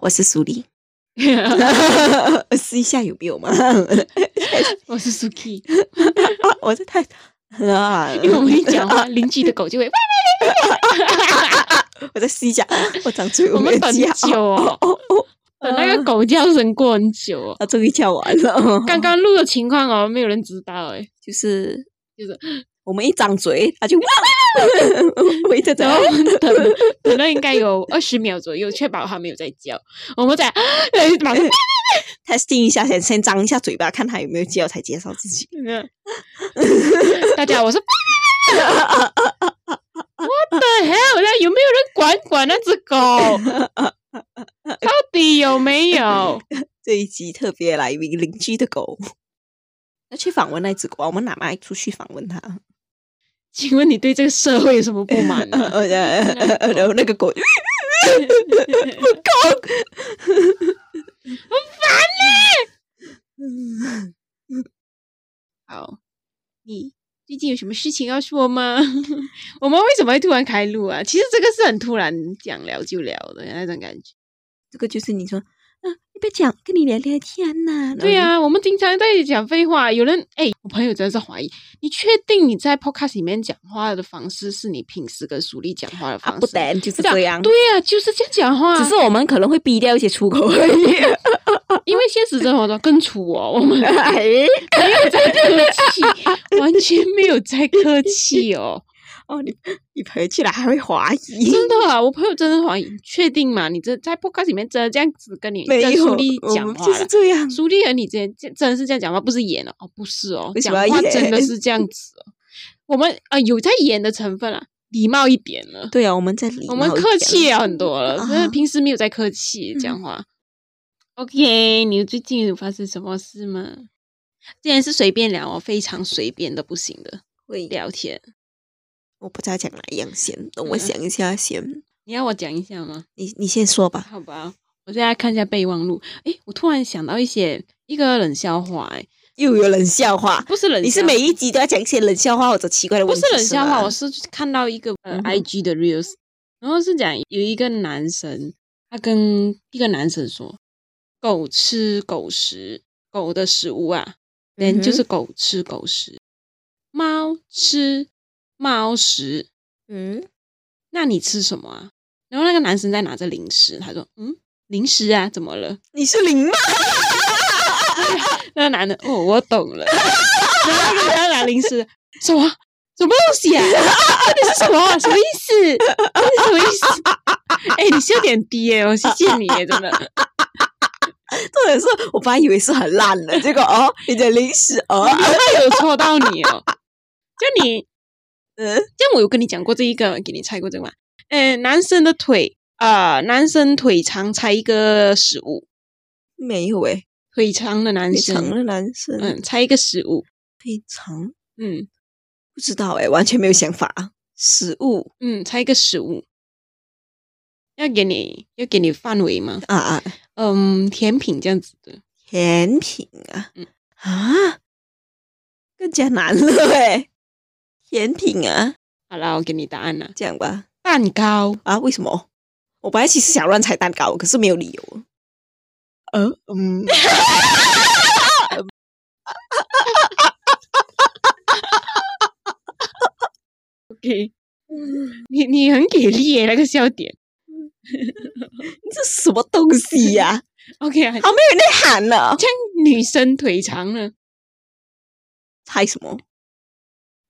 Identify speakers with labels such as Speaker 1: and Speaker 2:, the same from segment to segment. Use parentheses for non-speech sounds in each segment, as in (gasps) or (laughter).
Speaker 1: 我是苏 (laughs) 黎。试一下有没 (laughs) 有嘛？
Speaker 2: (laughs) 我是 Suki，
Speaker 1: 我是太啊，
Speaker 2: 因为我一讲话，邻居的狗就会。
Speaker 1: (laughs) 我再试一 (laughs) 下，我长嘴有
Speaker 2: 我
Speaker 1: 没
Speaker 2: 们
Speaker 1: 有
Speaker 2: 等
Speaker 1: 叫？
Speaker 2: 久哦
Speaker 1: 哦哦，
Speaker 2: 等那个狗叫声过很久哦。
Speaker 1: 他终于叫完 (laughs) 了。
Speaker 2: 刚刚录的情况哦，没有人知道哎。
Speaker 1: 就是
Speaker 2: 就是
Speaker 1: 我们一张嘴，他就 (laughs) 围着走
Speaker 2: 然。后我们等等了应该有二十秒左右，确保它没有在叫。我们在 (laughs) 来马上
Speaker 1: testing 一下，先先张一下嘴巴，看他有没有叫，才介绍自己。
Speaker 2: 大家好，我是 (laughs) What the hell？那有没有人管管那只狗？到底有没有？
Speaker 1: 这一集特别来宾邻居的 (laughs) 狗，要去访问那只狗，我们哪来出去访问它？
Speaker 2: 请问你对这个社会有什么不满啊
Speaker 1: (laughs)
Speaker 2: 呢、
Speaker 1: 呃呃然后那个狗，
Speaker 2: 好，你最近有什么事情要说吗？ (laughs) 我们为什么会突然开录啊？其实这个是很突然，讲聊就聊的那种感觉。
Speaker 1: 这个就是你说，啊，你别讲，跟你聊聊天呐、
Speaker 2: 对呀、我们经常在一起讲废话。有人哎、我朋友真的是怀疑，你确定你在 podcast 里面讲话的方式是你平时跟苏丽讲话的
Speaker 1: 啊，
Speaker 2: 方
Speaker 1: 不
Speaker 2: 式？
Speaker 1: 等就是
Speaker 2: 这样
Speaker 1: 这样。啊
Speaker 2: 对呀、就是这样讲话。
Speaker 1: 只是我们可能会逼掉一些出口而 (laughs) 已。
Speaker 2: 因为现实生活中更 (laughs) 粗哦，我们
Speaker 1: 哎
Speaker 2: 没有在客气， (laughs) 完全没有在客气哦。
Speaker 1: 哦，你你朋友竟然还会怀疑？ (laughs)
Speaker 2: 真的啊，我朋友真的怀疑，你确定吗？你这在 podcast 里面真的这样子跟你
Speaker 1: 没
Speaker 2: 跟
Speaker 1: 有，
Speaker 2: 苏丽
Speaker 1: 我
Speaker 2: 讲
Speaker 1: 们
Speaker 2: 话
Speaker 1: 就
Speaker 2: 了
Speaker 1: 是？这样。
Speaker 2: 苏丽和你之间真真的是这样讲话，不是演哦，哦不是哦，
Speaker 1: 为什
Speaker 2: 讲
Speaker 1: 么要
Speaker 2: 话
Speaker 1: 演
Speaker 2: 真的是这样子哦。我们啊、呃有在演的成分啊，礼貌一点了，
Speaker 1: 对啊，我们在礼
Speaker 2: 我们
Speaker 1: 貌一
Speaker 2: 客
Speaker 1: 点
Speaker 2: 气了很多了，
Speaker 1: 啊嗯
Speaker 2: 但是平时没有在客气讲话。OK，你最近有发生什么事吗？既然是随便聊哦，非常随便的不行的
Speaker 1: 会
Speaker 2: 聊天，
Speaker 1: 我不知道讲哪一样先，等我
Speaker 2: 嗯
Speaker 1: 想一下先。
Speaker 2: 你要我讲一下吗？
Speaker 1: 你你先说吧。
Speaker 2: 好吧，我现在看一下备忘录。诶，我突然想到一些一个冷笑话、诶，
Speaker 1: 又有冷笑话，
Speaker 2: 不是冷笑，
Speaker 1: 你是每一集都要讲一些冷笑话或者奇怪的
Speaker 2: 不
Speaker 1: 问题？
Speaker 2: 是冷笑话，
Speaker 1: 吗嗯
Speaker 2: 我是看到一个呃
Speaker 1: 嗯哼
Speaker 2: IG 的 reels，然后是讲有一个男生，他跟一个男生说，狗吃狗食，狗的食物啊，
Speaker 1: 嗯
Speaker 2: 人
Speaker 1: 哼
Speaker 2: 就是狗吃狗食，猫吃猫食，
Speaker 1: 嗯，
Speaker 2: 那你吃什么啊？然后那个男生在拿着零食，他说，嗯，零食啊，怎么了？
Speaker 1: 你是零吗？
Speaker 2: 那个男的，哦，我懂了。然后那个人拿零食，什么什么东西啊？ (laughs) 到底是什么？什么意思？到底是什么意思？哎、你笑点低耶、我谢谢你耶，真的。
Speaker 1: 重点是我本来以为是很烂的，结果哦，你的零食哦
Speaker 2: 我，没有有戳到你哦。就你，
Speaker 1: 嗯，
Speaker 2: 这样我有跟你讲过这一个，给你猜过这个吗？呃，男生的腿啊、呃男生腿长猜一个食物，
Speaker 1: (laughs) 没有诶，
Speaker 2: 腿长的男
Speaker 1: 腿长
Speaker 2: 生，
Speaker 1: 的男生，
Speaker 2: 嗯，猜一个食物，
Speaker 1: 腿长，
Speaker 2: 嗯
Speaker 1: 不知道诶，完全没有想法。食物
Speaker 2: 嗯，猜一个食物。要给你要给你范围吗？
Speaker 1: 啊啊，
Speaker 2: 嗯，甜品这样子的，
Speaker 1: 甜品啊
Speaker 2: 嗯，
Speaker 1: 啊，更加难了诶，甜品啊，
Speaker 2: 好啦，我给你答案了，
Speaker 1: 这样吧，
Speaker 2: 蛋糕。
Speaker 1: 啊，为什么？我本来其实想乱猜蛋糕，可是没有理由。呃，嗯，
Speaker 2: (laughs) OK，你你很给力耶，那个笑点。
Speaker 1: 这什么东西呀、
Speaker 2: (laughs) OK 啊，
Speaker 1: 好没有内涵啊了。
Speaker 2: 像女生腿长呢，
Speaker 1: 猜什么？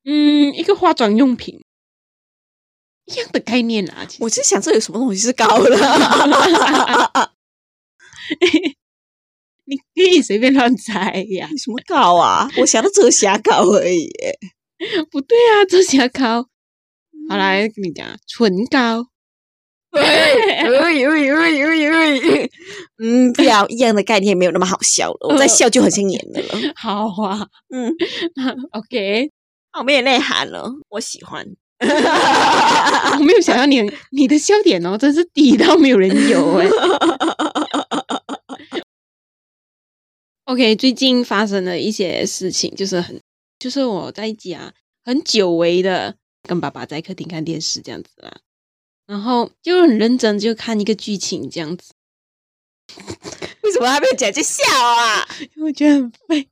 Speaker 2: 嗯，一个化妆用品，一样的概念啦。其实 (laughs)
Speaker 1: 我就想这有什么东西是高 (laughs) 的？
Speaker 2: 你可以随便乱猜呀， (laughs)
Speaker 1: 有什么高啊？我想到遮瑕膏而已耶。
Speaker 2: 不对啊，遮瑕膏。好啦，跟你讲啊，唇膏。
Speaker 1: 喂喂喂喂喂， (laughs) 嗯，不要一样的概念没有那么好笑 (laughs) 了。我再笑就很像演的了。
Speaker 2: (laughs) 好啊，
Speaker 1: 嗯，
Speaker 2: (laughs) ，OK，
Speaker 1: 好哦没有内涵了，我喜欢。
Speaker 2: 啊我没有想到你你的笑点哦，真是低到没有人有哎。OK，最近发生了一些事情，就是很，就是我在家很久违的跟爸爸在客厅看电视这样子啦，然后就很认真就看一个剧情这样子，
Speaker 1: 为什么还没有讲就笑 (laughs) 啊？
Speaker 2: 因为我觉得很
Speaker 1: (laughs)
Speaker 2: 废。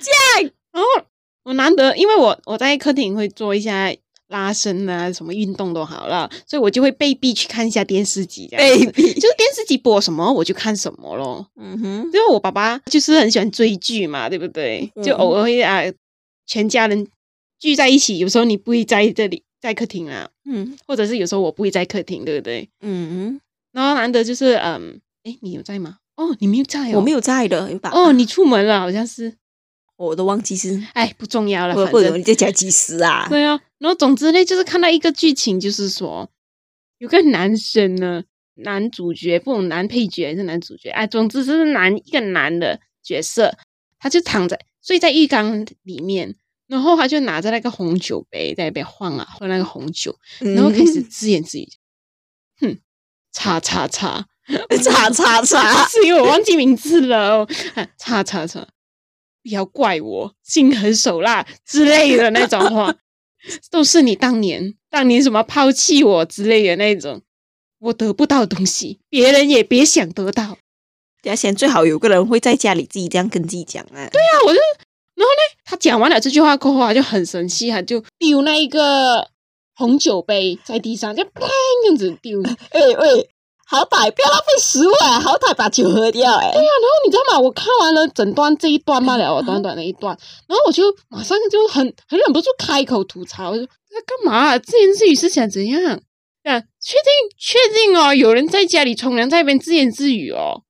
Speaker 2: 这样，然后我难得，因为我我在客厅会做一下拉伸啊，什么运动都好了，所以我就会被逼去看一下电视剧，这样子
Speaker 1: Baby
Speaker 2: 就是电视剧播什么我就看什么咯。
Speaker 1: 嗯哼，
Speaker 2: 因为我爸爸就是很喜欢追剧嘛，对不对？就
Speaker 1: 嗯
Speaker 2: 偶尔会啊，全家人聚在一起，有时候你不会在这里在客厅啊，
Speaker 1: 嗯
Speaker 2: 或者是有时候我不会在客厅，对不对？
Speaker 1: 嗯
Speaker 2: 然后难得就是嗯，诶，你有在吗？哦，你没有在
Speaker 1: 哼，
Speaker 2: 哦，
Speaker 1: 我没有在的，你把
Speaker 2: 哦，你出门了，好像是，
Speaker 1: 我都忘记是，
Speaker 2: 哎，不重要了，
Speaker 1: 我
Speaker 2: 反
Speaker 1: 不
Speaker 2: 正
Speaker 1: 懂你在讲几时啊？
Speaker 2: 对啊，然后总之呢，就是看到一个剧情，就是说有个男生呢，男主角不懂男配角还是男主角，哎，总之是男一个男的角色，他就躺在睡在浴缸里面，然后他就拿着那个红酒杯在那边晃啊晃那个红酒，然后开始
Speaker 1: 嗯
Speaker 2: 自言自语，哼，叉叉叉，
Speaker 1: 嗯 (laughs) 叉叉叉，
Speaker 2: 是因为我忘记名字了哦，啊叉叉叉，不要怪我心狠手辣之类的那种话，都是你当年当年什么抛弃我之类的那种，我得不到的东西，别人也别想得到。啊
Speaker 1: 等一下先最好有个人会在家里自己这样跟自己讲啊。对，
Speaker 2: 那我就，然后呢，他讲完了这句话过后啊，就很生气，他就丢那一个红酒杯在地上，就砰这样子丢。
Speaker 1: 哎喂，好歹不要浪费食物啊，好歹把酒喝掉哎。
Speaker 2: 你知道吗？我看完了整段这一段嘛了，短短的一段，然后我就马上就很很忍不住开口吐槽，我就他干嘛、自言自语是想怎样？啊，确定确定哦，有人在家里冲凉，在那边自言自语哦。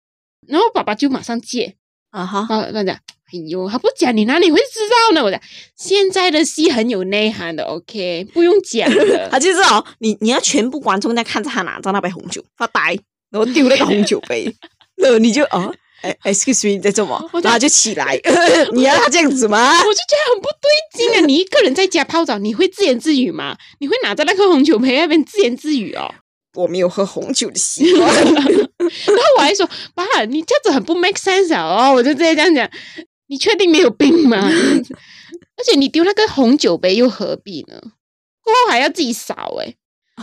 Speaker 2: 然后爸爸就马上戒，
Speaker 1: 啊哈，
Speaker 2: 啊，他讲，哎呦，他不讲你哪里会知道呢？我讲现在的戏很有内涵的，OK，不用
Speaker 1: (laughs)
Speaker 2: 讲
Speaker 1: 他
Speaker 2: 了。
Speaker 1: 就是哦，你你要全部观众在看着他拿着那杯红酒发呆，然后丢那个红酒 (laughs) 杯，然后你就啊。哎，excuse me，你在做什么
Speaker 2: 我？就
Speaker 1: 然后他就起来， (laughs) 你要他这样子吗？
Speaker 2: 我就觉得很不对劲啊！你一个人在家泡澡，你会自言自语吗？你会拿着那个红酒杯在那边自言自语哦？
Speaker 1: 我没有喝红酒的习惯。 (laughs)
Speaker 2: 然后我还说：“爸，你这样子很不 make sense 啊哦！”我就直接这样讲：“你确定没有病吗？ (laughs) 而且你丢那个红酒杯又何必呢？过后还要自己扫哎、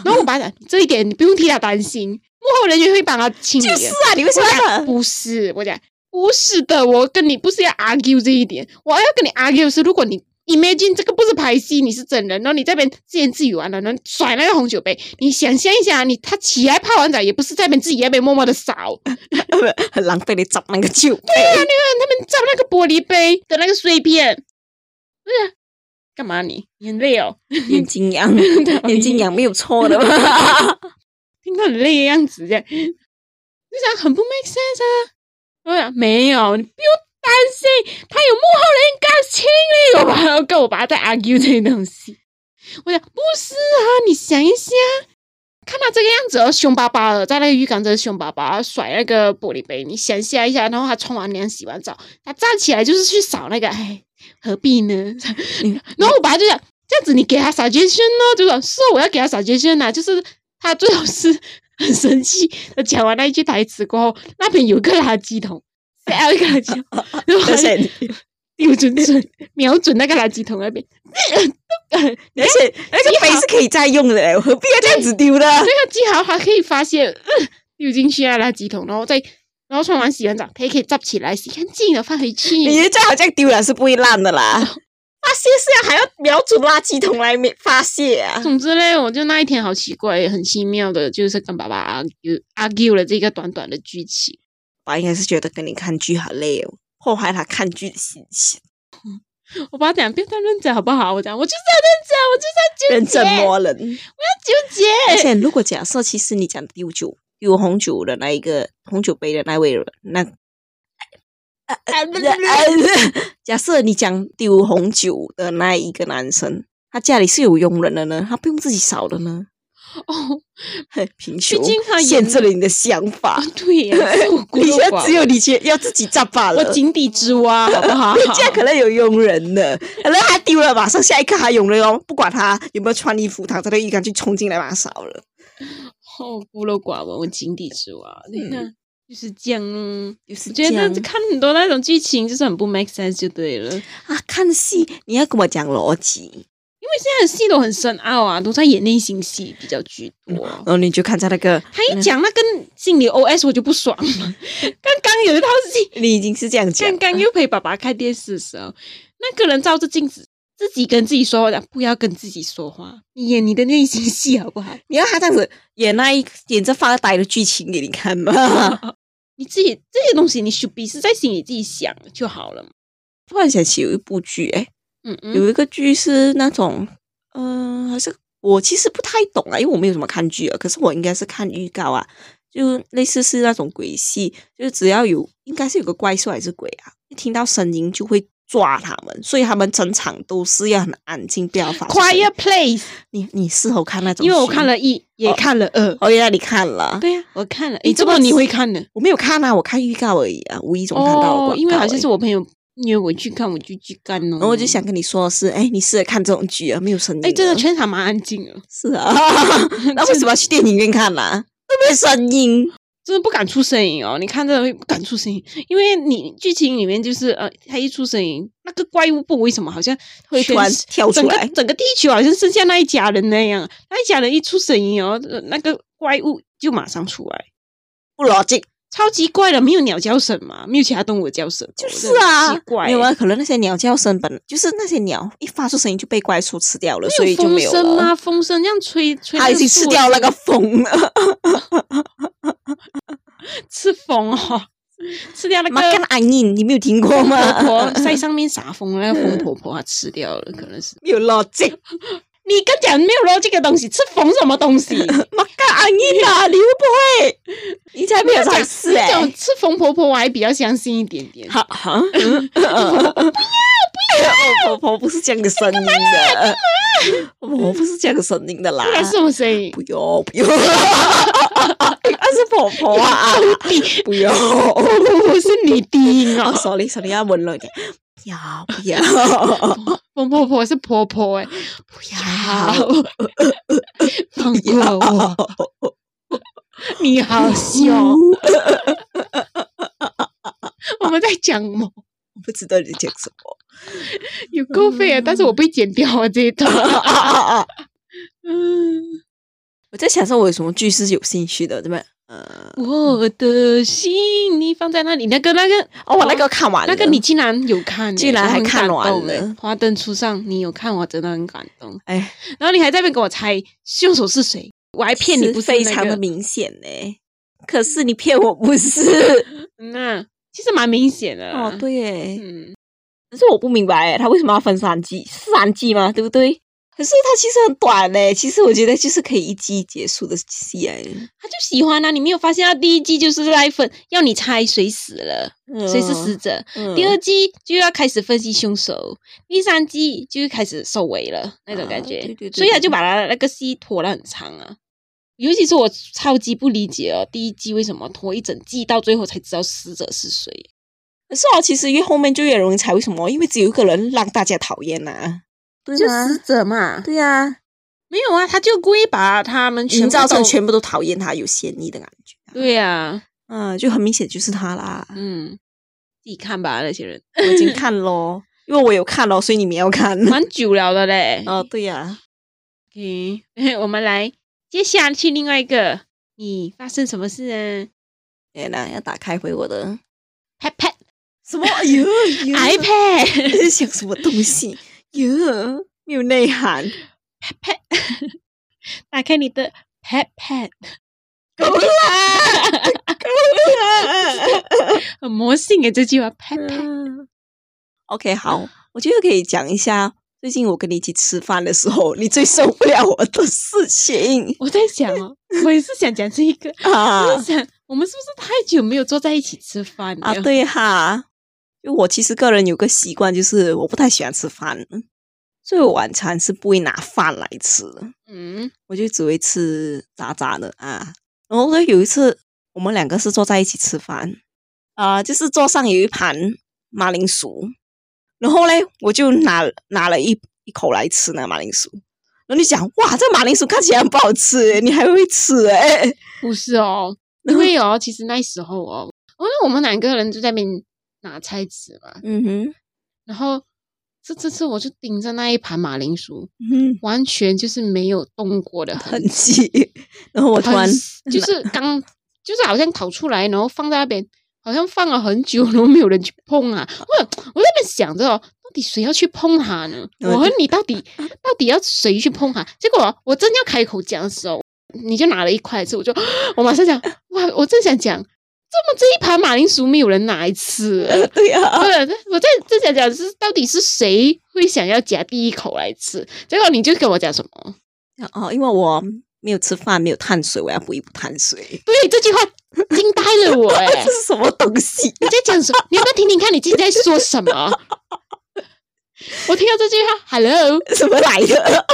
Speaker 2: 然后我爸讲：“这一点你不用替他担心，幕后人员会帮他清理。”
Speaker 1: 就是啊，你为什么
Speaker 2: 我
Speaker 1: 要
Speaker 2: 讲不是，我讲不是的，我跟你不是要 argue 这一点，我要跟你 argue 是，如果你 imagine 这个不是拍戏，你是真人，然后哦你这边自言自语完了，然后甩那个红酒杯，你想象一下，啊你他起来泡完澡也不是在那边自己在那边默默的扫，对
Speaker 1: 很浪费的找那个 (laughs) 酒杯？
Speaker 2: 啊，他们照那个玻璃杯的那个碎片，不是干嘛你你很累哦， (laughs)
Speaker 1: 眼睛 (laughs) 痒，眼睛痒没有错的。 (laughs)
Speaker 2: 听到很累的样子，这样就想很不 make sense 啊。我想没有，你不用担心，他有幕后人员给他清理。我爸跟我爸在 argue 这些东西。我想不是啊，你想一下，看他这个样子哦，凶巴巴的，在那个浴缸这凶巴巴甩那个玻璃杯，你想象一下，然后他冲完凉洗完澡，他站起来就是去扫那个，哎，何必呢？ (laughs) 然后我爸就讲，这样子你给他 suggestion 哦，就说是我要给他 suggestion 啊，就是他最后是很生气，他讲完那一句台词过后，那边有一个垃圾桶，还有一个垃圾桶，
Speaker 1: (laughs)
Speaker 2: 然后他
Speaker 1: 而且
Speaker 2: 就丢准准瞄准那个垃圾桶那边，
Speaker 1: 而且那个杯是可以再用的，我何必要这样子丢呢？
Speaker 2: 对啊，记好还可以发现、呃丢进去啊垃圾桶，然后再然后冲完洗完澡，可以可以站起来洗干净了放回
Speaker 1: (laughs)
Speaker 2: 去。
Speaker 1: 你最好像丢了是不会烂的啦。发泄是要还要瞄准垃圾桶来发泄啊！
Speaker 2: 总之嘞，我就那一天好奇怪，很奇妙的，就是跟爸爸 argue argue 了这个短短的剧情。
Speaker 1: 爸应该是觉得跟你看剧好累哦，破坏他看剧的心情，
Speaker 2: 我爸讲，不要当认真好不好？我讲，我就是要
Speaker 1: 认
Speaker 2: 认真，
Speaker 1: 真
Speaker 2: 我就是要纠结，我
Speaker 1: 摸人。
Speaker 2: 要纠结。
Speaker 1: 而且如果假设其实你讲丢酒丢红酒的那一个红酒杯的那位人，
Speaker 2: (laughs)
Speaker 1: 那呃假设你讲丢红酒的那一个男生，他家里是有佣人的呢，他不用自己扫的呢。
Speaker 2: 哦，
Speaker 1: 嘿贫穷
Speaker 2: 竟他也
Speaker 1: 限制了你的想法，
Speaker 2: 哦对呀，是我孤
Speaker 1: 你
Speaker 2: 陋
Speaker 1: 现在
Speaker 2: 寡
Speaker 1: 只
Speaker 2: 闻，
Speaker 1: 有你觉要自己炸罢了
Speaker 2: 我。井底之蛙，好不好？
Speaker 1: 人家可能有佣人的，可能他丢了，马上下一刻还有人哦，不管他有没有穿衣服，躺在那浴缸就冲进来把他扫了。
Speaker 2: 哦，孤陋寡闻，我井底之蛙。你看，就是这样咯。
Speaker 1: 就是
Speaker 2: 我觉
Speaker 1: 这
Speaker 2: 得
Speaker 1: 样
Speaker 2: 看很多那种剧情，就是很不 make sense 就对了。因为
Speaker 1: 啊，看戏你要跟我讲逻辑，
Speaker 2: 现在的戏都很深奥啊，都在演内心戏比较居多。
Speaker 1: 然后你就看在那个，
Speaker 2: 他一讲那跟心理 OS，我就不爽了。刚刚有一套戏，
Speaker 1: 你已经是这样讲
Speaker 2: 刚，刚又陪爸爸看电视的时候，那个人照着镜子，自己跟自己说话讲，不要跟自己说话，你演你的内心戏好不好？ (laughs)
Speaker 1: 你要他这样子演那一演这发呆的剧情给你看吗？
Speaker 2: 你自己这些东西，你 should be 是在心里自己想就好了嘛。
Speaker 1: (laughs) 突然想起有一部剧，哎，
Speaker 2: 嗯嗯，
Speaker 1: 有一个剧是那种，嗯、还是我其实不太懂啊，因为我没有怎么看剧啊，可是我应该是看预告啊，就类似是那种鬼戏，就是只要有应该是有个怪兽还是鬼啊，一听到声音就会抓他们，所以他们整场都是要很安静，不要发出声音
Speaker 2: Quiet Place，
Speaker 1: 你你是否看那种？
Speaker 2: 因为我看，了一，也看了二。
Speaker 1: 哦，原来你看了。
Speaker 2: 对呀、我看了。
Speaker 1: 你
Speaker 2: 诶，
Speaker 1: 这
Speaker 2: 这
Speaker 1: 么
Speaker 2: 个你会看的？
Speaker 1: 我没有看啊，我看预告而已啊，无意中看到了、
Speaker 2: 哦，因为好像是，我朋友约我去看，我就去看哦。
Speaker 1: 然哎后我就，想跟你说的是，哎，你试着看这种剧啊，没有声音。
Speaker 2: 哎，真的全场蛮安静的，
Speaker 1: 是啊， (laughs) 那为什么要去电影院看啦、会不会声音？
Speaker 2: 真的不敢出声音哦。你看这不敢出声音，因为你剧情里面就是呃，他一出声音，那个怪物不为什么好像会
Speaker 1: 突然跳出来
Speaker 2: 整个整个地球好像剩下那一家人那样，那一家人一出声音哦，呃那个怪物就马上出来。
Speaker 1: 不逻辑，
Speaker 2: 超级怪的，没有鸟叫声嘛，没有其他动物的叫声，
Speaker 1: 就是
Speaker 2: 我真的很
Speaker 1: 啊，
Speaker 2: 奇怪欸、
Speaker 1: 没有啊，可能那些鸟叫声本就是那些鸟一发出声音就被怪兽吃掉了，所以就
Speaker 2: 风
Speaker 1: 没有
Speaker 2: 声
Speaker 1: 了。
Speaker 2: 啊，风声这样吹吹，
Speaker 1: 它已经吃掉那个，风啊了，
Speaker 2: 吃风哦，吃掉那
Speaker 1: 马啊干
Speaker 2: 个
Speaker 1: 安印，你没有听过
Speaker 2: 婆
Speaker 1: 吗？
Speaker 2: 婆在上面撒疯，那个疯婆婆她吃掉了，可能是
Speaker 1: 没有逻辑，
Speaker 2: 你跟讲没有逻辑的东西，吃疯什么东西？ (laughs) 哎
Speaker 1: 马干安印啊，你会不会？你才没有才
Speaker 2: 讲
Speaker 1: 是哎、
Speaker 2: 讲吃疯婆婆我还比较相信一点点，
Speaker 1: 好 (laughs) 好，嗯 (laughs) 不要不要，我婆婆不是这样的声音的，我婆婆不是这样的声音的啦
Speaker 2: 不，然是什么声音？
Speaker 1: 不要不要，那是婆婆啊，
Speaker 2: (laughs)
Speaker 1: (laughs) 不要
Speaker 2: 我是你低音
Speaker 1: 哦
Speaker 2: 哦，
Speaker 1: ，sorry sorry，要温柔一点，不要不要，
Speaker 2: 疯婆婆是婆婆哎、
Speaker 1: 不
Speaker 2: 好，放过我，你好 (laughs) 凶。我们在讲吗？
Speaker 1: 我不知道你讲什么，
Speaker 2: 有够费啊！但是我被剪掉了这一 (laughs) 段。嗯，
Speaker 1: (laughs) 我在想说，我有什么剧是有兴趣的，对吧？呃，
Speaker 2: 我的心你放在那里，那个那个
Speaker 1: 哦，我那个看完了，
Speaker 2: 那个你竟然有看欸，
Speaker 1: 竟然
Speaker 2: 我
Speaker 1: 还
Speaker 2: 很
Speaker 1: 看
Speaker 2: 感
Speaker 1: 完
Speaker 2: 动欸
Speaker 1: 了
Speaker 2: 华灯初上，你有看，我真的很感动。
Speaker 1: 哎，
Speaker 2: 然后你还在那边给我猜凶手是谁，我还骗你
Speaker 1: 是
Speaker 2: 不是
Speaker 1: 非
Speaker 2: 那
Speaker 1: 常的
Speaker 2: 个
Speaker 1: 明显呢，可是你骗我不是。
Speaker 2: 嗯啊，其实蛮明显的啦。
Speaker 1: 哦，对耶，
Speaker 2: 嗯，
Speaker 1: 可是我不明白耶，他为什么要分三季？是三季吗？对不对？可是它其实很短嘞，其实我觉得就是可以一季结束的戏哎，
Speaker 2: 他就喜欢啊，你没有发现他第一季就是赖粉，要你猜谁死了，谁是死者，
Speaker 1: 嗯？
Speaker 2: 第二季就要开始分析凶手，第三季就开始收尾了那种感觉，
Speaker 1: 啊对对对
Speaker 2: 所以他就把他那个戏拖得很长啊。尤其是我超级不理解哦，第一季为什么拖一整季，到最后才知道死者是谁？
Speaker 1: 可是哦，其实越后面就越容易猜，为什么？因为只有一个人让大家讨厌呐、对啊
Speaker 2: 就死？者嘛，
Speaker 1: 对呀、啊，
Speaker 2: 没有啊，他就故意把他们全
Speaker 1: 营
Speaker 2: 部
Speaker 1: 造成
Speaker 2: 都
Speaker 1: 全部都讨厌他，有嫌疑的感觉。
Speaker 2: 对呀、
Speaker 1: 嗯，就很明显就是他啦。
Speaker 2: 嗯，自己看吧那些人，
Speaker 1: (laughs) 我已经看咯，因为我有看咯，所以你们要 (laughs) 看。
Speaker 2: 蛮久了的嘞。
Speaker 1: 哦，对呀、
Speaker 2: OK，我 (laughs) 们来接下去另外一个，你发生什么事啊
Speaker 1: 天哪，哎要打开回我的
Speaker 2: ？Pat Pat
Speaker 1: 什么？哎呦， (laughs) 哎呦
Speaker 2: iPad
Speaker 1: 在想什么东 (laughs) 西？哟，嗯没有内涵，
Speaker 2: Pat，打 (laughs) 开你的 Pat
Speaker 1: (laughs)
Speaker 2: Pat，
Speaker 1: 够啦，够啦。
Speaker 2: (laughs) 很魔性诶，这
Speaker 1: (laughs)
Speaker 2: 句
Speaker 1: 嗯
Speaker 2: 话 Pat Pat，
Speaker 1: (laughs) OK，好，我觉得可以讲一下最近我跟你一起吃饭的时候，你最受不了我的事情 (laughs)
Speaker 2: 我在想哦，我也是想讲这一个，我
Speaker 1: 啊
Speaker 2: 在想我们是不是太久没有坐在一起吃饭
Speaker 1: 啊，
Speaker 2: 了？
Speaker 1: 对哈，就我其实个人有个习惯，就是我不太喜欢吃饭，所以我晚餐是不会拿饭来吃的。
Speaker 2: 嗯，
Speaker 1: 我就只会吃渣渣的啊。然后呢，有一次我们两个是坐在一起吃饭，啊、就是桌上有一盘马铃薯，然后嘞，我就拿拿了一一口来吃那个马铃薯。然后你讲哇，这马铃薯看起来很不好吃诶，你还会吃诶。
Speaker 2: 不是哦，
Speaker 1: (laughs)
Speaker 2: 因为哦，其实那时候哦，因为我们两个人就在那边拿菜吃嘛，
Speaker 1: 嗯哼，
Speaker 2: 然后这这次我就顶着那一盘马铃薯，
Speaker 1: 嗯，
Speaker 2: 完全就是没有动过的痕
Speaker 1: 很急。然后我突然
Speaker 2: 很 (laughs) 就是刚就是好像烤出来，然后放在那边，好像放了很久，然后没有人去碰啊。我我在那边想着哦，到底谁要去碰它呢？
Speaker 1: 嗯
Speaker 2: 我和你到底到底要谁去碰它？结果我真要开口讲的时候，你就拿了一块吃，我就 (gasps) 我马上讲哇，我正想讲，怎么这一盘马铃薯没有人拿来吃啊？ (laughs)
Speaker 1: 对啊，
Speaker 2: 对，我在正想讲是到底是谁会想要夹第一口来吃，结果你就跟我讲什么？
Speaker 1: 哦，因为我没有吃饭，没有碳水，我要补一补碳水。
Speaker 2: 对，这句话惊呆了 (laughs) 我哎、
Speaker 1: (laughs) 这是什么东西？ (laughs)
Speaker 2: 你在讲什么？你要不要听听看你自己在说什么？我听到这句话，Hello，
Speaker 1: 什么来的？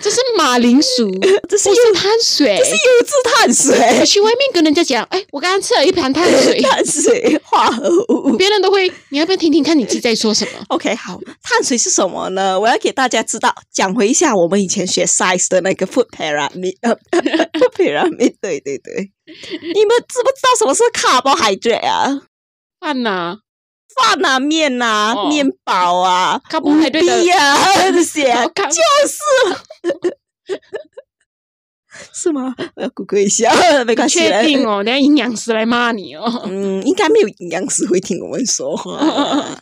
Speaker 2: 这是马铃薯，
Speaker 1: (laughs) 这是
Speaker 2: 不
Speaker 1: 优，
Speaker 2: 是碳水
Speaker 1: 这。是优质碳
Speaker 2: 我
Speaker 1: 水，，
Speaker 2: (laughs) 去外面跟人家讲，哎，我刚刚吃了一盘碳水
Speaker 1: (laughs) 碳水化合物。
Speaker 2: 别人都会，你要不要听听看你自己在说什
Speaker 1: (laughs)
Speaker 2: 么？
Speaker 1: OK，好，碳水是什么呢？我要给大家知道，讲回一下我们以前学 size 的那个 food pyramid，呃 (laughs) ，food pyramid，对对
Speaker 2: (laughs)
Speaker 1: 对。你们知不知道什么是 carbohydrate 啊？
Speaker 2: 饭呐、
Speaker 1: 饭啊、面啊、
Speaker 2: 哦
Speaker 1: 面包啊、
Speaker 2: carbohydrate 的
Speaker 1: 米啊这
Speaker 2: (laughs)
Speaker 1: 些，
Speaker 2: 好看
Speaker 1: 是吗？我要 Google 一下， (laughs) 没关系。
Speaker 2: 确定哦，等下营养师来骂你
Speaker 1: (laughs)
Speaker 2: 哦。
Speaker 1: 嗯，应该没有营养师会听我们说
Speaker 2: (laughs)
Speaker 1: 话。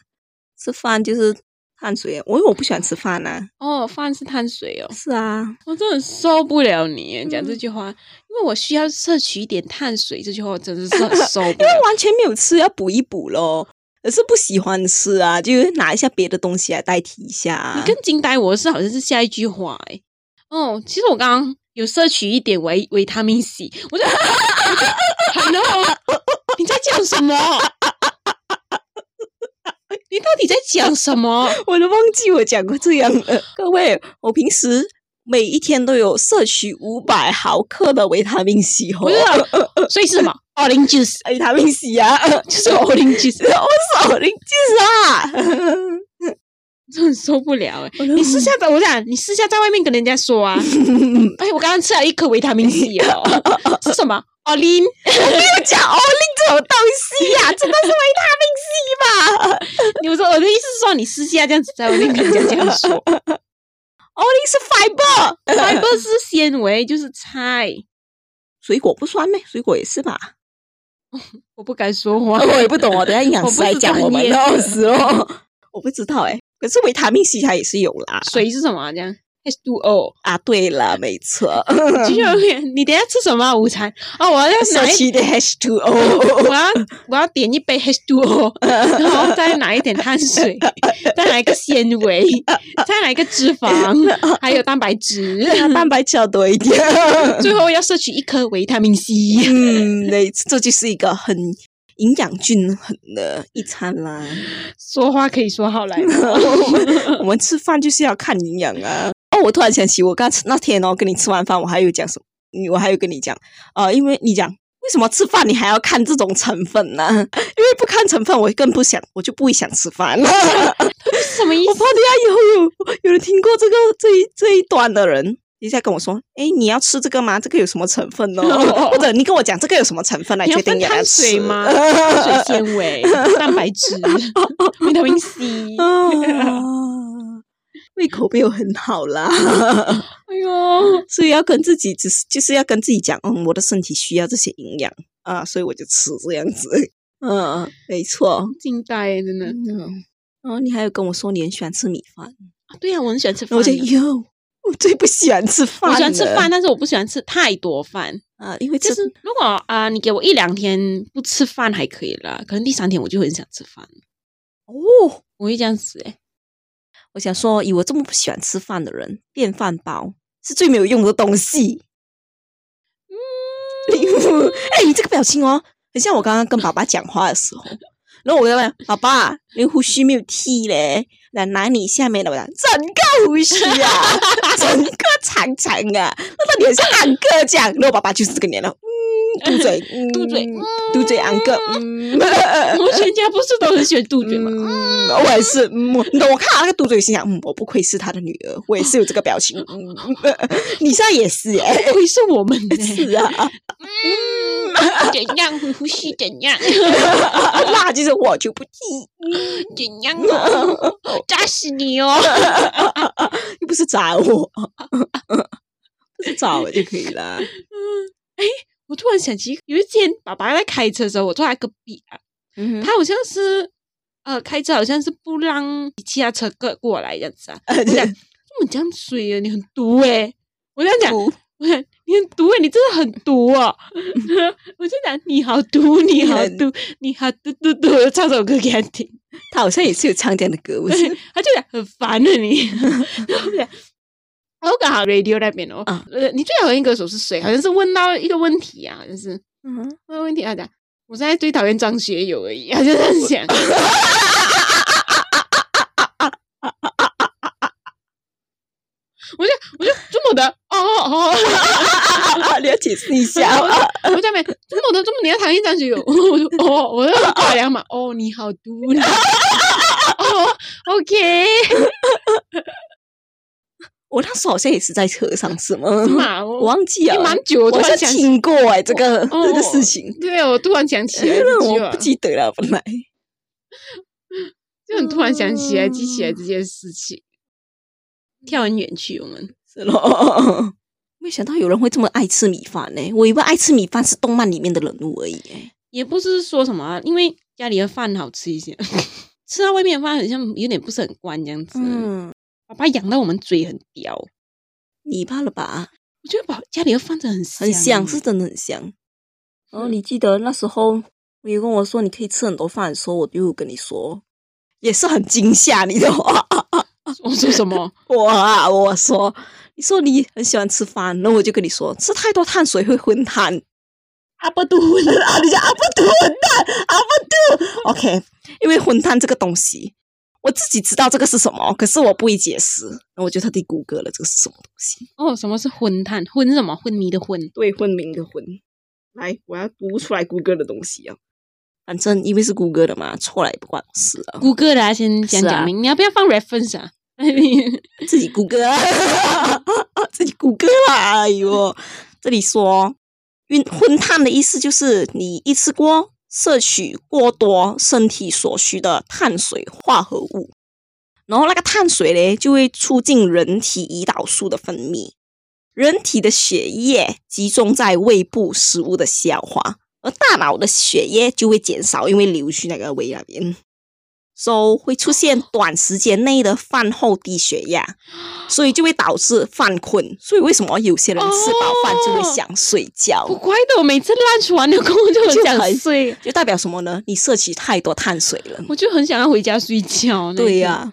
Speaker 1: 吃饭就是碳水，啊我因为我不喜欢吃饭啊。
Speaker 2: 哦，饭是碳水哦，
Speaker 1: 是啊，
Speaker 2: 我真的受不了你耶讲
Speaker 1: 嗯
Speaker 2: 这句话，因为我需要摄取一点碳水，这句话我真的是很受不了。
Speaker 1: 但完全没有吃，要补一补咯。可是不喜欢吃啊，就拿一下别的东西来代替一下啊。
Speaker 2: 你更惊呆我的是，好像是下一句话哎、哦，其实我刚刚有摄取一点维维他命 C，我就 (laughs) ，Hello，你在讲什么？你到底在讲什么？
Speaker 1: 我都忘记我讲过这样了。 (laughs) 各位，我平时每一天都有摄取五百毫克的维他命 C 哦
Speaker 2: 不是，所以是什么？Orange juice，
Speaker 1: 维他命 C (laughs) 啊，
Speaker 2: 就是 orange juice，
Speaker 1: 我手灵 (laughs) 就是啊。
Speaker 2: 真的受不了哎、
Speaker 1: 我都
Speaker 2: 你私下在，我想你私下在外面跟人家说啊，哎，我刚刚吃了一颗维他命 C 哦，是什么？Olin，
Speaker 1: 不讲奥利这种东西呀、真的是维他命 C 吧？
Speaker 2: 你我说我的意思是说，你私下这样子在外面跟人家这样说，
Speaker 1: 奥利是 fiber， (laughs)
Speaker 2: fiber 是纤维，就是菜。
Speaker 1: 水果不酸咩？水果也是吧？
Speaker 2: 我不敢说话，
Speaker 1: (laughs) 我也不懂哦，等一下营养
Speaker 2: 我
Speaker 1: 师
Speaker 2: 不
Speaker 1: 来
Speaker 2: 知
Speaker 1: 讲
Speaker 2: 道
Speaker 1: 我们
Speaker 2: 耶
Speaker 1: 老师哦。我不知道哎、可是维他命 C 它也是有啦。
Speaker 2: 水是什么啊、这样 H two O， (laughs)
Speaker 1: 啊，对了，没 (laughs) 错，
Speaker 2: 就是你等一下吃什么啊、午餐？哦，我要
Speaker 1: 社
Speaker 2: 拿一，
Speaker 1: 区的 H2O。(laughs)
Speaker 2: (laughs) 我要我要点一杯 H two O，然后再拿一点
Speaker 1: (laughs)
Speaker 2: 碳水，再拿一个纤维，再拿一个脂
Speaker 1: (laughs)
Speaker 2: 肪，还有蛋白质， (laughs)
Speaker 1: 蛋白质要多一点， (laughs)
Speaker 2: 最后要摄取一颗维他命 C。
Speaker 1: 嗯，那这就是一个很营养均衡的一餐啦。
Speaker 2: 说话可以说好
Speaker 1: (laughs)
Speaker 2: 来吗，
Speaker 1: 我 (laughs) 们我们吃饭就是要看营养啊。 (laughs) 哦，我突然想起，我刚吃那天哦，跟你吃完饭，我还有讲什么？你我还有跟你讲，呃，因为你讲为什么吃饭你还要看这种成分呢、 (laughs) 因为不看成分，我更不想，我就不会想吃 (laughs) 饭了。我
Speaker 2: 什么意思
Speaker 1: 怕？等一下以后有有人听过这个这一这一段的人。一下跟我说，哎，你要吃这个吗？这个有什么成分呢？ (laughs) 或者你跟我讲这个有什么成分来
Speaker 2: 你要
Speaker 1: 决定
Speaker 2: 分
Speaker 1: 你要不要
Speaker 2: 碳水
Speaker 1: 吃 (laughs)
Speaker 2: 吗？碳水纤维、蛋白质、维他命 C。
Speaker 1: 啊，哦 (laughs) 胃口没有很好啦，
Speaker 2: 哎呦，
Speaker 1: 所以要跟自己只是就是要跟自己讲，嗯，我的身体需要这些营养啊，所以我就吃这样子。 (laughs) 嗯，没错。
Speaker 2: 惊呆耶，真的。
Speaker 1: 嗯，然后你还有跟我说你很喜欢吃米饭，
Speaker 2: 啊对呀、我很喜欢吃
Speaker 1: 然后
Speaker 2: 饭
Speaker 1: 我
Speaker 2: 的，
Speaker 1: 就哟，我最不喜欢吃饭
Speaker 2: 我
Speaker 1: 了，
Speaker 2: 喜欢吃饭，但是我不喜欢吃太多饭。
Speaker 1: 啊，因为
Speaker 2: 就
Speaker 1: 这
Speaker 2: 是如果啊、你给我一两天不吃饭还可以啦，可能第三天我就很想吃饭，
Speaker 1: 哦，
Speaker 2: 我会这样子哎、
Speaker 1: 我想说，以我这么不喜欢吃饭的人，电饭煲是最没有用的东西。
Speaker 2: 嗯
Speaker 1: 礼物，哎、你这个表情哦，很像我刚刚跟爸爸讲话的时候。然后我就问爸爸：“你胡须没有剃嘞？”来拿你下面的，我讲整个胡须啊，整个长长啊，那到底很像俺哥这样。然后我爸爸就是这个年了，嗯，嘟嘴，嗯
Speaker 2: 嘟嘴，
Speaker 1: 嘟嘴，俺哥，嗯，
Speaker 2: 我们全家不是都很喜欢嘟嘴吗？
Speaker 1: 嗯，我也是，嗯，我你懂，我看到那个嘟嘴，心想，嗯，我不愧是他的女儿，我也是有这个表情。
Speaker 2: 哦嗯
Speaker 1: (laughs) 嗯，你现在也是耶，
Speaker 2: (laughs) 不愧是我们、欸，
Speaker 1: 是啊，
Speaker 2: 嗯，怎样回呼吸怎样
Speaker 1: 那就是我就不踢，
Speaker 2: 怎 (laughs) 样哦，扎死你 (laughs) 哦！
Speaker 1: 又不是砸我， (laughs) 不是砸我就可以了。
Speaker 2: 我突然想起，有一天爸爸在开车的时候，我坐在隔壁啊，
Speaker 1: 嗯
Speaker 2: 他好像是呃开车，好像是不让其他车过过来这样子啊。
Speaker 1: 哼，
Speaker 2: 我讲，这么样水啊，你很毒诶、我这样讲，
Speaker 1: 毒
Speaker 2: 我讲你很毒诶、你真的很毒哦。我就讲你好毒，你好
Speaker 1: 很
Speaker 2: 毒，你好毒毒毒，我就唱首歌给他听。
Speaker 1: 他好像也是有唱这样的歌，不
Speaker 2: 对
Speaker 1: 是？，
Speaker 2: 他就讲很烦的你，对不对？然后刚好 radio 那边哦，
Speaker 1: 啊
Speaker 2: 呃，你最讨厌歌手是谁？好像是问到一个问题啊，好像是
Speaker 1: 嗯，
Speaker 2: 问问题啊，讲我现在最讨厌张学友而已，他 (laughs) 啊就这样想。我就我就这么的哦哦，
Speaker 1: 啊你要解释一下
Speaker 2: 哦，我在没这么的这么你要讨厌张学友， (laughs) 我就哦，我就挂两码哦，你好毒，你好 (laughs) 毒哦，OK。
Speaker 1: 我那时候好像也是在车上，是吗？
Speaker 2: 嘛，
Speaker 1: 我
Speaker 2: 我
Speaker 1: 忘记
Speaker 2: 也
Speaker 1: 了，
Speaker 2: 嗯蛮久，我突
Speaker 1: 我
Speaker 2: 然
Speaker 1: 是
Speaker 2: 想起，
Speaker 1: 听过哎，这个
Speaker 2: 哦啊
Speaker 1: 这个事情，
Speaker 2: 对，我突然想起来
Speaker 1: 因为
Speaker 2: 这句
Speaker 1: 我
Speaker 2: 话
Speaker 1: 不，记得了，本来。
Speaker 2: 就很突然想起来，记起来
Speaker 1: 嗯
Speaker 2: 这件事情，跳很远去，我们
Speaker 1: 是咯。 (laughs) 没想到有人会这么爱吃米饭呢、我以为爱吃米饭是动漫里面的人物而已、欸。
Speaker 2: 也不是说什么啊，因为家里的饭好吃一些， (laughs) 吃到外面的饭好像有点不是很惯这样子。
Speaker 1: 嗯，
Speaker 2: 爸爸养到我们嘴很刁，我
Speaker 1: 你怕了吧？
Speaker 2: 觉得把家里的饭真的很香
Speaker 1: 很香，
Speaker 2: 欸
Speaker 1: 是真的很香。然后你记得那时候你跟我说你可以吃很多饭的时候，我就跟你说，也是很惊吓你的话。
Speaker 2: 我说什么？
Speaker 1: 我啊，我说，你说你很喜欢吃饭，然后我就跟你说，吃太多碳水会昏碳。阿不吐混蛋，啊你叫阿不吐混蛋，阿不 (laughs) 吐。OK，因为混蛋这个东西，我自己知道这个是什么，可是我不会解释，然后我就特地谷歌了这个是什么东西。
Speaker 2: 哦，什么是昏碳？昏是什么？昏迷的昏。
Speaker 1: 对，昏迷的昏。来，我要读出来谷歌的东西啊。反正因为是谷歌的嘛，错了也不关我事啊，
Speaker 2: 谷歌的啊，先讲
Speaker 1: 是啊哦
Speaker 2: 讲明，你要不要放 reference 啊？ (laughs)
Speaker 1: 自己谷歌，啊 (laughs) 自己谷歌啦！哎呦，这里说晕昏碳的意思就是你一次过摄取过多身体所需的碳水化合物，然后那个碳水嘞就会促进人体胰岛素的分泌，人体的血液集中在胃部食物的消化，而大脑的血液就会减少，因为流去那个胃那边。so 会出现短时间内的饭后低血压，所以就会导致犯困。所以为什么有些人吃饱饭就会想睡觉？
Speaker 2: 我怪得我每次烂船的工作就很想睡，
Speaker 1: 就代表什么呢？你摄取太多碳水了。
Speaker 2: 我就很想要回家睡觉。那
Speaker 1: 对
Speaker 2: 一
Speaker 1: 呀、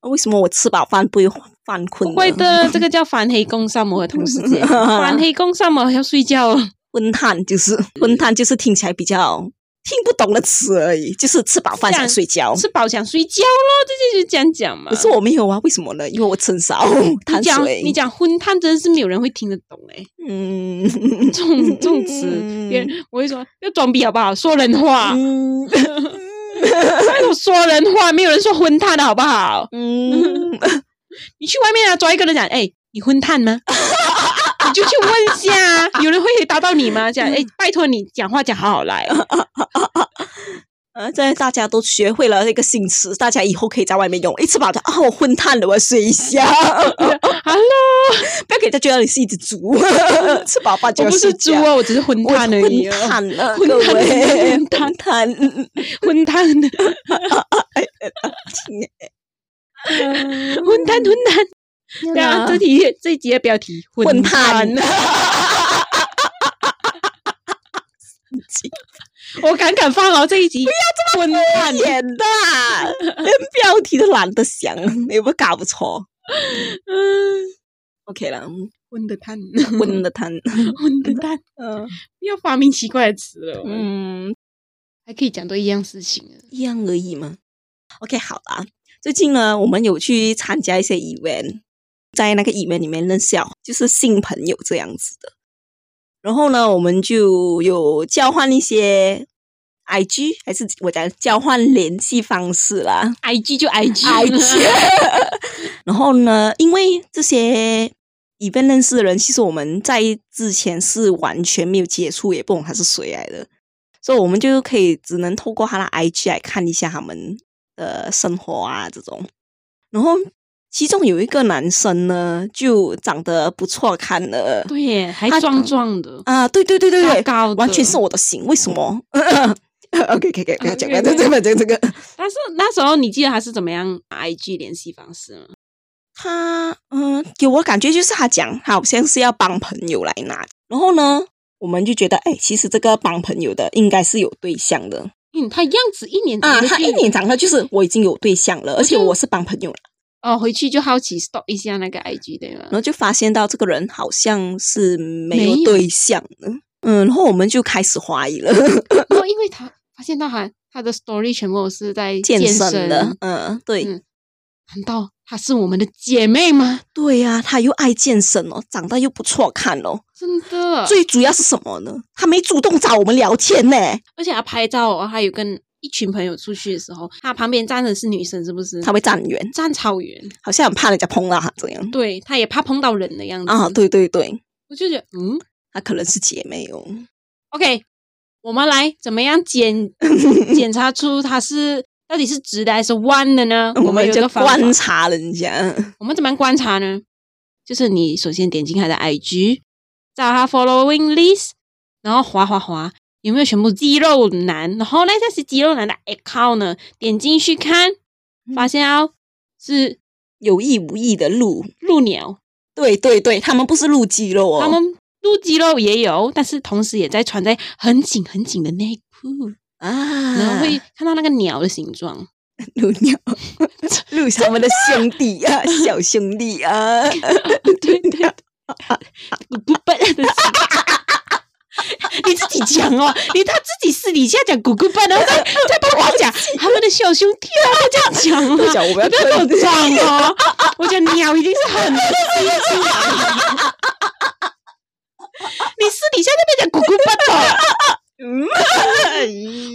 Speaker 2: 种，
Speaker 1: 为什么我吃饱饭不会犯困呢？
Speaker 2: 我怪得这个叫反黑工上魔的
Speaker 1: (laughs)
Speaker 2: 同事节，反黑工上魔要睡觉了。
Speaker 1: 昏碳就是昏碳，就是听起来比较听不懂的词而已，就是吃饱饭想
Speaker 2: 像
Speaker 1: 睡觉。
Speaker 2: 吃饱想睡觉咯，这就是这样讲嘛
Speaker 1: 可。是我没有啊，为什么呢？因为我吃很少
Speaker 2: 你
Speaker 1: 碳
Speaker 2: 讲
Speaker 1: 水。
Speaker 2: 你讲昏碳真的是没有人会听得懂哎、
Speaker 1: 嗯，
Speaker 2: 这
Speaker 1: (laughs)
Speaker 2: 种这种词，别人啊我会说要装逼好不好？说人话，
Speaker 1: 嗯
Speaker 2: 那种说人话，没有人说昏碳的好不好？
Speaker 1: 嗯， (laughs)
Speaker 2: 你去外面啊，抓一个人讲，哎、你昏碳吗？你就去问一下啊，有人会回答到你吗？讲，
Speaker 1: 嗯
Speaker 2: 哎、拜托你讲话讲好好来，哦
Speaker 1: (laughs) 呃，现在大家都学会了那个新词，大家以后可以在外面用。一吃饱就啊，我昏碳了，我要睡一下。 (laughs)
Speaker 2: Hello，
Speaker 1: 不要给人家觉得你是一只猪， (laughs) 吃饱饭就
Speaker 2: 我
Speaker 1: 要
Speaker 2: 不是
Speaker 1: 睡
Speaker 2: 猪
Speaker 1: 觉。
Speaker 2: 啊，我只是混
Speaker 1: 我
Speaker 2: 蛋而已
Speaker 1: (laughs) 昏
Speaker 2: 啊，
Speaker 1: 碳了，
Speaker 2: 混
Speaker 1: 各
Speaker 2: 蛋
Speaker 1: 位，
Speaker 2: 混蛋
Speaker 1: 混碳。(laughs)
Speaker 2: 混蛋，混
Speaker 1: 混
Speaker 2: (laughs) 蛋，混蛋。
Speaker 1: (laughs)
Speaker 2: 对啊，这题这一集的标题
Speaker 1: 混
Speaker 2: (laughs) 蛋
Speaker 1: 蛋。
Speaker 2: 我敢敢放哦，这一集不要这么混蛋。
Speaker 1: 演的啊， (laughs) 连标题都懒得想， (laughs) 有没有搞错
Speaker 2: 嗯，
Speaker 1: ？OK 了，嗯
Speaker 2: 混的蛋，
Speaker 1: 混的碳。
Speaker 2: (laughs) 混的蛋，
Speaker 1: 嗯
Speaker 2: 不要发明奇怪的词了。嗯，
Speaker 1: 嗯，
Speaker 2: 还可以讲多一样事情啊。
Speaker 1: 一样而已嘛。OK，好啦，最近呢，我们有去参加一些 event，在那个 event 里面认识了就是新朋友这样子的。然后呢，我们就有交换一些 IG，还是我讲交换联系方式啦。
Speaker 2: I G 就 I
Speaker 1: (laughs)
Speaker 2: G，
Speaker 1: IG 然后呢，因为这些以便认识的人，其实我们在之前是完全没有接触，也不懂他是谁来的，所以我们就可以只能透过他的 IG 来看一下他们的生活啊这种。然后其中有一个男生呢，就长得不错看的，
Speaker 2: (laughs) 对耶，还
Speaker 1: 他
Speaker 2: 壮壮的，
Speaker 1: 啊，对对对对对，
Speaker 2: 高高的
Speaker 1: 完全是我的型，为什么 (laughs) ？OK OK OK，不要讲，不要讲，不要讲这个。
Speaker 2: 但是那时候你记得他是怎么样 IG 联系方式吗？
Speaker 1: 他嗯，给我感觉就是他讲，他好像是要帮朋友来拿。然后呢，我们就觉得，哎，其实这个帮朋友的应该是有对象的
Speaker 2: 嗯，他样子一年
Speaker 1: 啊。
Speaker 2: 长得
Speaker 1: 他嗯
Speaker 2: 就
Speaker 1: 一年长得就是我已经有对象了，而且
Speaker 2: 就
Speaker 1: 我是帮朋友了。
Speaker 2: 哦，回去就好奇 stop 一下那个 IG 对吗
Speaker 1: 然？后就发现到这个人好像是没
Speaker 2: 没
Speaker 1: 有
Speaker 2: 有
Speaker 1: 对象的，嗯，然后我们就开始怀 (laughs) 疑了，
Speaker 2: 然后因为他发现到他他的 story 全部都是在
Speaker 1: 健
Speaker 2: 身
Speaker 1: 身的，嗯，对，
Speaker 2: 嗯难道她是我们的姐妹吗？
Speaker 1: 对呀、他又爱健身哦，长得又不错看哦，
Speaker 2: 真的，
Speaker 1: 最主要是什么呢？他没主动找我们聊天呢、
Speaker 2: 而且她拍照哦，她有跟一群朋友出去的时候，她旁边站的是女生，是不是？
Speaker 1: 他会站远，
Speaker 2: 站超远，
Speaker 1: 好像很怕人家碰到他这样
Speaker 2: 对，她也怕碰到人的样子
Speaker 1: 啊。，对对对，
Speaker 2: 我就觉得嗯
Speaker 1: 他可能是姐妹哦。
Speaker 2: ，OK，我们来怎么样
Speaker 1: (laughs)
Speaker 2: 检检查出她是到底是直的还是弯的呢？
Speaker 1: 我
Speaker 2: 们
Speaker 1: 们
Speaker 2: 有一
Speaker 1: 就
Speaker 2: 个方法
Speaker 1: 观察人家，
Speaker 2: 我们怎么样观察呢？就是你首先点进他的 IG，找他 following list，然后滑滑滑，有没有全部肌肉男？然后呢，这是肌肉男的 account 呢，点进去看，发现哦是
Speaker 1: 有意无意的露。
Speaker 2: 鹿鸟，
Speaker 1: 对对对，他们不是露肌肉哦，
Speaker 2: 他们露肌肉也有，但是同时也在穿在很紧很紧的内裤，
Speaker 1: 啊，
Speaker 2: 然后会看到那个鸟的形状。
Speaker 1: 露
Speaker 2: (laughs)
Speaker 1: 鸟，露他们的兄弟啊，小兄弟啊，
Speaker 2: (laughs) 对对对，不不笨的事情你自己讲哦，你他自己私底下讲咕咕笨，然后再再帮我讲他们的小兄弟啊，他这样讲
Speaker 1: 不
Speaker 2: 啊，
Speaker 1: 讲我们要
Speaker 2: 你不要
Speaker 1: 推
Speaker 2: 跟我装哦，我讲鸟一定是很清楚的。你私底下那边讲咕咕笨的， (laughs)
Speaker 1: 嗯，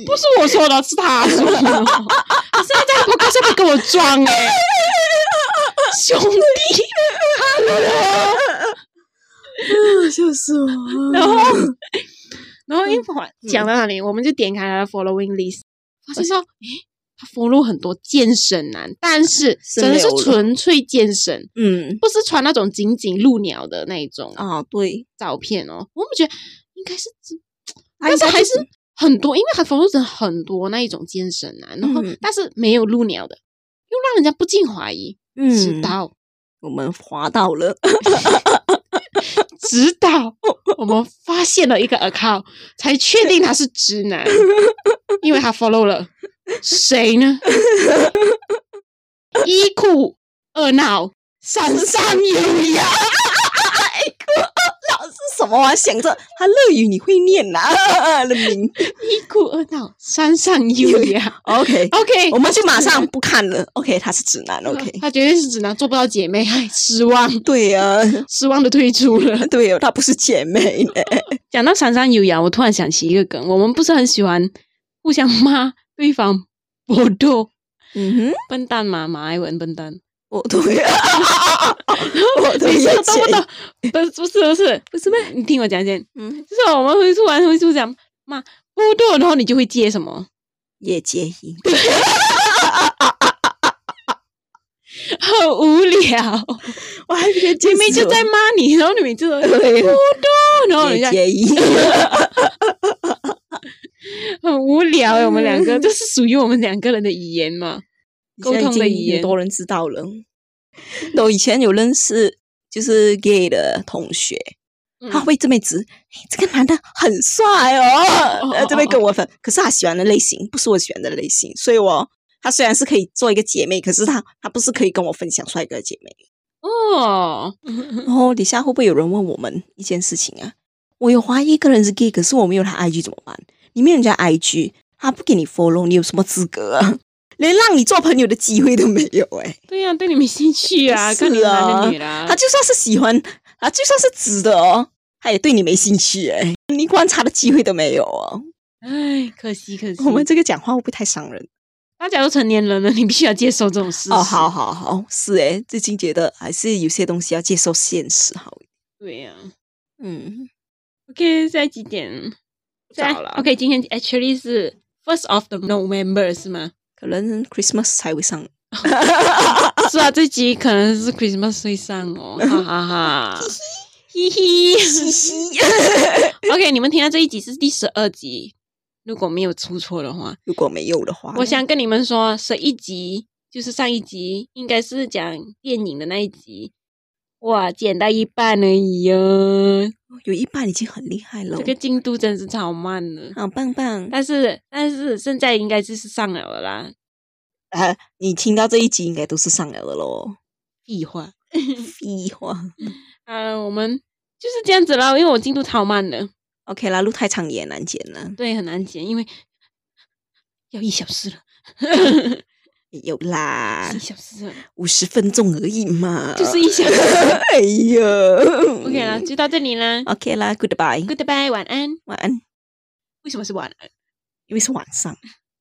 Speaker 2: 不是我说的，是他说的。他现在在podcast 上面跟我装哎、兄弟，
Speaker 1: 笑死我了。 (laughs)
Speaker 2: 然后，然后一会儿讲到哪里，我们就点开他的 following list，发现说，诶，他 follow 很多健身男，但是 (laughs)
Speaker 1: 是
Speaker 2: 真的是
Speaker 1: 没有了
Speaker 2: 纯粹健身，
Speaker 1: 嗯，
Speaker 2: 不是穿那种紧紧露鸟的那一种哦
Speaker 1: 啊，对，
Speaker 2: 照片哦。我们觉得应该是真，
Speaker 1: 他应
Speaker 2: 但啊是
Speaker 1: 该
Speaker 2: 还
Speaker 1: 就是
Speaker 2: 很多，因为他 follow 人很多那一种健身男，然后
Speaker 1: 嗯
Speaker 2: 但是没有露鸟的，又让人家不禁怀疑，
Speaker 1: 嗯，
Speaker 2: 直到
Speaker 1: 我们滑到了，
Speaker 2: 直到 (laughs) 我们发现了一个 account，才确定他是直 (laughs) 男，因为他 follow 了谁 (laughs) 呢？一哭二闹三上有呀，
Speaker 1: 哎老是什么啊？想着他乐语你会念呐、 (laughs) 啊、的名
Speaker 2: 一哭二闹三上有 (laughs) 呀。
Speaker 1: ，OK，
Speaker 2: OK，啊
Speaker 1: 我们就马上不看了。OK，他是直男，OK，
Speaker 2: 他绝对是直男，做不到姐妹，唉，失望，
Speaker 1: 对啊，
Speaker 2: 失望的退出了。
Speaker 1: 对哦，他不是姐妹呢。
Speaker 2: 讲到三上有呀，我突然想起一个梗，我们不是很喜欢互相骂对方 (laughs) 搏斗。
Speaker 1: 嗯哼，
Speaker 2: 笨蛋嘛，马来文笨蛋，
Speaker 1: 我对啊， (laughs)
Speaker 2: (laughs)
Speaker 1: 我
Speaker 2: 你
Speaker 1: 对
Speaker 2: 是
Speaker 1: 呀，
Speaker 2: 懂不懂？不是不是不是不是你听我讲先，
Speaker 1: 嗯，
Speaker 2: 就是我们会突然会就讲嘛不对，然后你就会接什么，
Speaker 1: 叶洁仪，
Speaker 2: 很无聊。
Speaker 1: 我还觉得姐
Speaker 2: 明明就在骂你，然后你每次 (laughs) 都不
Speaker 1: 对
Speaker 2: 对，然后哦人
Speaker 1: 叶
Speaker 2: 家
Speaker 1: 洁仪，
Speaker 2: 很无聊欸。我们两个这是属于我们两个人的语言嘛？ (laughs) 沟通的语
Speaker 1: 已经很
Speaker 2: 言
Speaker 1: 多人知道
Speaker 2: (laughs)
Speaker 1: 了。那我以前有认识就是 gay 的同学，
Speaker 2: 嗯
Speaker 1: 他会啊这边指，哎，这个男的很帅哦，
Speaker 2: 哦
Speaker 1: 呃，这边跟我分，可是他喜欢的类型不是我喜欢的类型，所以我他虽然是可以做一个姐妹，可是他他不是可以跟我分享帅哥的姐妹。
Speaker 2: 哦，
Speaker 1: 然后底下会不会有人问我们一件事情啊？我有怀疑一个人是 gay，可是我没有他 IG 怎么办？你没有人家 IG，他不给你 follow，你有什么资格啊？连让你做朋友的机会都没有哎、
Speaker 2: 对呀，对你没兴趣啊，
Speaker 1: 是
Speaker 2: 看你男
Speaker 1: 啊
Speaker 2: 的女啦
Speaker 1: 他。就算是喜欢，他就算是直的哦，他也对你没兴趣哎、你观察的机会都没有哦。
Speaker 2: 唉，可惜可惜，
Speaker 1: 我们这个讲话会不会太伤人？
Speaker 2: 大家都成年人了，你必须要接受这种事实。
Speaker 1: 哦，好，好好，是诶，最近觉得还是有些东西要接受现实好一点。
Speaker 2: 对呀、
Speaker 1: 嗯，
Speaker 2: OK，现在几点？现在
Speaker 1: 早了
Speaker 2: OK，今天 actually 是 first of the November 是吗？
Speaker 1: 可能 Christmas 才会上。
Speaker 2: 是啊，这集可能是 Christmas 会上 (laughs) 哦，哈哈哈，嘻嘻。OK，你们听到这一集是第十二集，如果没有出错的话，
Speaker 1: 如果没有的话，
Speaker 2: 我想跟你们说，十一集就是上一集，应该是讲电影的那一集。哇，剪到一半而已哦，
Speaker 1: 有一半已经很厉害了
Speaker 2: 这，个进度真是超慢了。
Speaker 1: 好棒棒。
Speaker 2: 但是但是现在应该就是上了了啦。
Speaker 1: 啊，你听到这一集应该都是上来了咯。
Speaker 2: 屁话，
Speaker 1: 废话
Speaker 2: 啊，我们就是这样子啦，因为我进度超慢了，
Speaker 1: ，OK 啦，路太长也难剪了，
Speaker 2: 对，很难剪，因为要一小
Speaker 1: (laughs)
Speaker 2: 时了，
Speaker 1: 有啦
Speaker 2: (laughs) 一，小时了
Speaker 1: 五十分钟而已嘛，
Speaker 2: 就是一小时。
Speaker 1: (laughs) 哎呀 (laughs)
Speaker 2: OK 啦，就到这里啦
Speaker 1: 嗯 OK 啦，Goodbye，
Speaker 2: ，Goodbye，晚安。
Speaker 1: 晚安，
Speaker 2: 为什么是晚安？
Speaker 1: 因为是晚上。